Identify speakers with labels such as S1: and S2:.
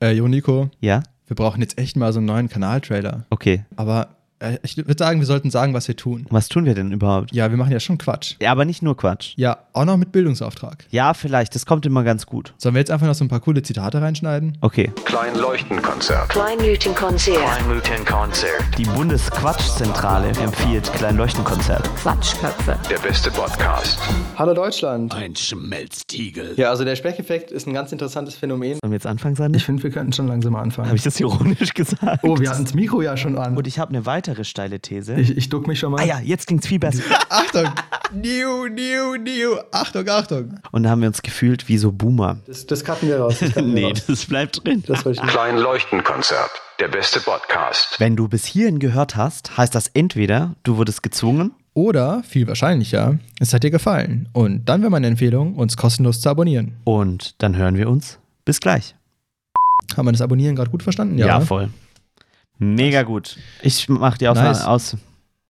S1: Äh, jo, Nico,
S2: Ja?
S1: wir brauchen jetzt echt mal so einen neuen Kanaltrailer.
S2: Okay.
S1: Aber äh, ich würde sagen, wir sollten sagen, was wir tun.
S2: Was tun wir denn überhaupt?
S1: Ja, wir machen ja schon Quatsch.
S2: Ja, aber nicht nur Quatsch.
S1: Ja, auch noch mit Bildungsauftrag.
S2: Ja, vielleicht. Das kommt immer ganz gut.
S1: Sollen wir jetzt einfach noch so ein paar coole Zitate reinschneiden?
S2: Okay.
S3: Kleinleuchtenkonzert.
S4: Kleinblütenkonzert.
S5: Kleinblütenkonzert.
S2: Die Bundesquatschzentrale empfiehlt Kleinleuchtenkonzert.
S4: Quatschköpfe.
S3: Der beste Podcast.
S1: Hallo Deutschland.
S6: Ein Schmelztiegel.
S1: Ja, also der Speckeffekt ist ein ganz interessantes Phänomen.
S2: Sollen wir jetzt anfangen, Sandy?
S1: finde, wir könnten schon langsam anfangen.
S2: Habe ich das ironisch gesagt?
S1: Oh, wir hatten das Mikro ja schon an.
S2: Und ich habe eine weitere steile These.
S1: Ich, ich duck mich schon mal.
S2: ah ja, jetzt klingt's viel besser.
S1: Achtung! New, new, new! Achtung, Achtung!
S2: Und da haben wir uns gefühlt wie so Boomer.
S1: Das, das cutten wir raus. Das cutten wir
S2: Nee,
S1: raus.
S2: das bleibt drin.
S1: Das wollte ich nicht.
S3: Kleinleuchtenkonzert. Der beste Podcast.
S2: Wenn du bis hierhin gehört hast, heißt das entweder, du wurdest gezwungen
S1: Oder, viel wahrscheinlicher, es hat dir gefallen. Und dann wäre meine Empfehlung, uns kostenlos zu abonnieren.
S2: und dann hören wir uns. Bis gleich.
S1: Haben wir das Abonnieren gerade gut verstanden?
S2: voll. Mega gut. Ich mach dir auf
S1: Nice.
S2: aus.